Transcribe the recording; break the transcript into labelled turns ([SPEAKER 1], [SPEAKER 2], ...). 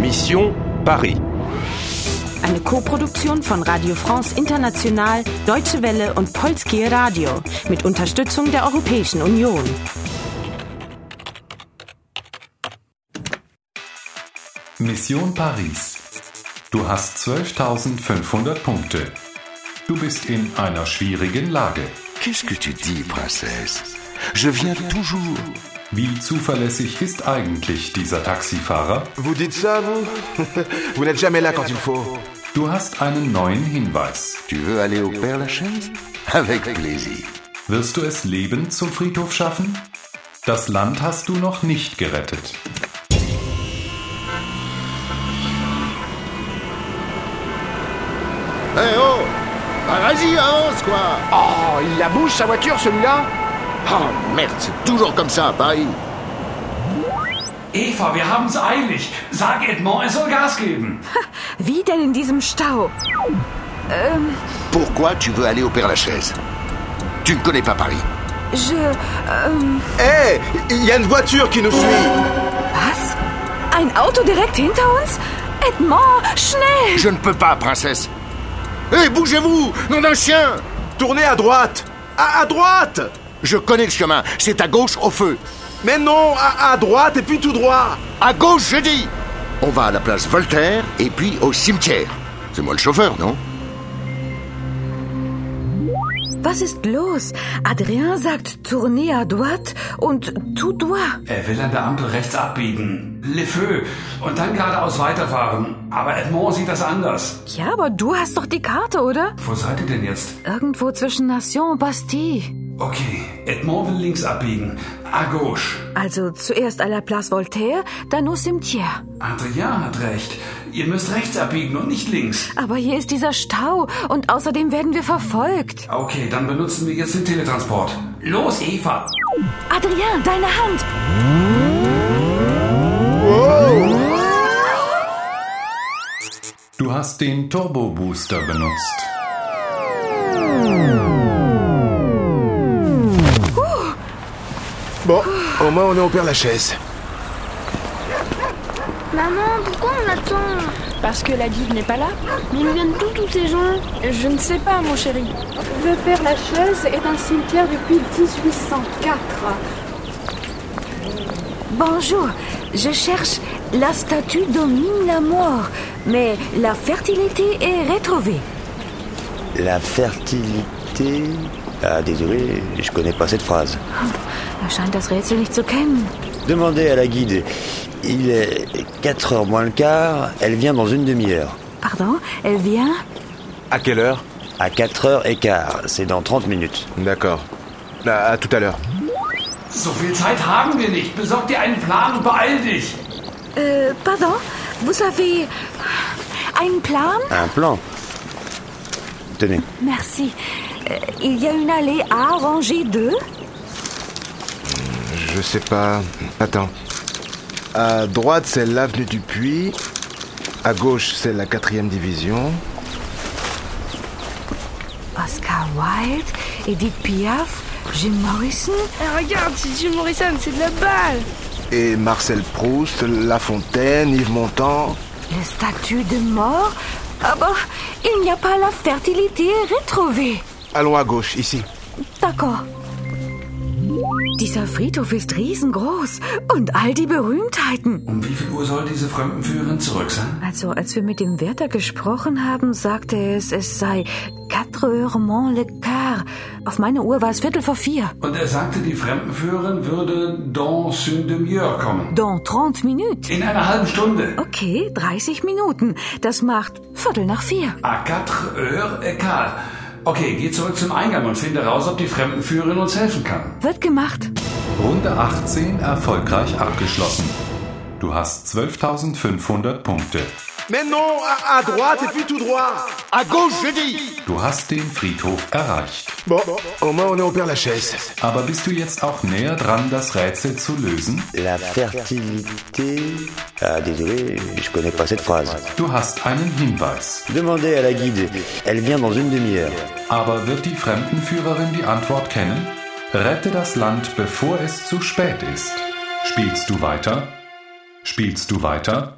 [SPEAKER 1] Mission Paris.
[SPEAKER 2] Eine Koproduktion von Radio France International, Deutsche Welle und Polskie Radio mit Unterstützung der Europäischen Union.
[SPEAKER 3] Mission Paris. Du hast 12.500 Punkte. Du bist in einer schwierigen Lage.
[SPEAKER 4] Qu'est-ce que tu dis, princesse Je viens toujours.
[SPEAKER 3] Wie zuverlässig ist eigentlich dieser Taxifahrer?
[SPEAKER 5] Vous dites ça, vous Vous n'êtes jamais là quand il faut.
[SPEAKER 3] Du hast einen neuen Hinweis.
[SPEAKER 4] Tu veux aller au Père Lachaise Avec plaisir.
[SPEAKER 3] Wirst du es lebend zum Friedhof schaffen? Das Land hast du noch nicht gerettet.
[SPEAKER 6] Eh oh Bah, Vas-y, avance, quoi
[SPEAKER 7] Oh, il la bouge sa voiture celui-là
[SPEAKER 6] Oh merde, c'est toujours comme ça à Paris
[SPEAKER 8] Eva, wir haben's eilig. Sag Edmond, er soll Gas geben.
[SPEAKER 9] Wie denn in diesem Stau?
[SPEAKER 4] Pourquoi tu veux aller au Père Lachaise Tu ne connais pas Paris.
[SPEAKER 9] Je. Ähm,
[SPEAKER 5] Hé Eh, Il y a une voiture qui nous suit
[SPEAKER 9] was? Ein Auto direkt hinter uns? Edmond, schnell!
[SPEAKER 4] Je ne peux pas, princesse.
[SPEAKER 6] Hé,
[SPEAKER 5] Eh,
[SPEAKER 6] bougez-vous Nom d'un chien
[SPEAKER 5] Tournez à droite À, à droite
[SPEAKER 4] Je connais le chemin. C'est à gauche au feu.
[SPEAKER 5] Mais non à, à droite et puis tout droit
[SPEAKER 4] À gauche, je dis On va à la place Voltaire et puis au cimetière. C'est moi le chauffeur, non
[SPEAKER 9] Was ist los? Adrien sagt Tournée à droite und tout droit.
[SPEAKER 8] Er will an der Ampel rechts abbiegen. Le feu. Und dann geradeaus weiterfahren. Aber Edmond sieht das anders.
[SPEAKER 9] Ja, aber du hast doch die Karte, oder?
[SPEAKER 8] Wo seid ihr denn jetzt?
[SPEAKER 9] Irgendwo zwischen Nation und Bastille.
[SPEAKER 8] Okay, Edmond will links abbiegen. À gauche.
[SPEAKER 9] Also zuerst à la Place Voltaire, dann au Cimetière.
[SPEAKER 8] Adrien hat recht. Ihr müsst rechts abbiegen und nicht links.
[SPEAKER 9] Aber hier ist dieser Stau und außerdem werden wir verfolgt.
[SPEAKER 8] Okay, dann benutzen wir jetzt den Teletransport. Los, Eva!
[SPEAKER 9] Adrien, deine Hand!
[SPEAKER 3] Du hast den Turbo Booster benutzt.
[SPEAKER 5] Bon, au moins on est au Père Lachaise.
[SPEAKER 10] Maman, pourquoi on attend Parce que la guide n'est pas là. Mais ils viennent d'où tous ces gens Je ne sais pas, mon chéri.
[SPEAKER 11] Le Père Lachaise est un cimetière depuis 1804.
[SPEAKER 9] Bonjour, je cherche la statue domine la mort, mais la fertilité est retrouvée.
[SPEAKER 12] La fertilité. Ah, désolé, je connais pas cette phrase.
[SPEAKER 9] Er scheint das Rätsel nicht zu kennen.
[SPEAKER 12] Demandez à la guide. Il est 4 heures moins le quart, elle vient dans une demi-heure.
[SPEAKER 9] Pardon, eh elle vient
[SPEAKER 5] À quelle heure
[SPEAKER 12] À 4 heures et quart, c'est dans 30 minutes.
[SPEAKER 5] D'accord. Bah, À, à tout à l'heure.
[SPEAKER 8] So viel Zeit haben wir nicht. Besorg dir einen Plan und beeil dich.
[SPEAKER 9] Euh, pardon, vous avez einen Plan
[SPEAKER 12] Un plan. Tenez,
[SPEAKER 9] Merci. Euh, il y a une allée A, rangée 2.
[SPEAKER 5] Je sais pas. Attends. À droite, c'est l'avenue du Puy. À gauche, c'est la quatrième division.
[SPEAKER 9] Oscar Wilde, Edith Piaf, Jim Morrison.
[SPEAKER 10] Eh, regarde, c'est Jim Morrison, c'est de la balle
[SPEAKER 5] Et Marcel Proust, La Fontaine, Yves Montand.
[SPEAKER 9] Le statut de mort Aber il n'y a pas la fertilité retrouvée.
[SPEAKER 5] Allons à gauche, ici.
[SPEAKER 9] D'accord. Dieser Friedhof ist riesengroß und all die Berühmtheiten.
[SPEAKER 8] Um wie viel Uhr soll diese Fremdenführerin zurück sein?
[SPEAKER 9] Also, als wir mit dem Wärter gesprochen haben, sagte es, es sei 4 heures moins le quart. Auf meiner Uhr war es Viertel vor vier.
[SPEAKER 8] Und er sagte, die Fremdenführerin würde dans une demi-heure kommen.
[SPEAKER 9] Dans 30 Minuten.
[SPEAKER 8] In einer halben Stunde.
[SPEAKER 9] Okay, 30 Minuten. Das macht Viertel nach vier.
[SPEAKER 8] À 4 heures et quart. Okay, geh zurück zum Eingang und finde raus, ob die Fremdenführerin uns helfen kann.
[SPEAKER 9] Wird gemacht.
[SPEAKER 3] Runde 18 erfolgreich abgeschlossen. Du hast 12.500 Punkte.
[SPEAKER 5] Mais non à, à droite et puis tout droit
[SPEAKER 4] À gauche, je dis
[SPEAKER 3] Du hast den Friedhof erreicht.
[SPEAKER 5] Bon, au moins on est au Père Lachaise.
[SPEAKER 3] Aber bist du jetzt auch näher dran, das Rätsel zu lösen?
[SPEAKER 12] la fertilité. Ah, désolé, je connais pas cette phrase.
[SPEAKER 3] Du hast einen Hinweis.
[SPEAKER 12] Demandez à la guide. Elle vient dans une demi-heure.
[SPEAKER 3] Aber wird die Fremdenführerin die Antwort kennen? Rette das Land, bevor es zu spät ist. Spielst du weiter? Spielst du weiter?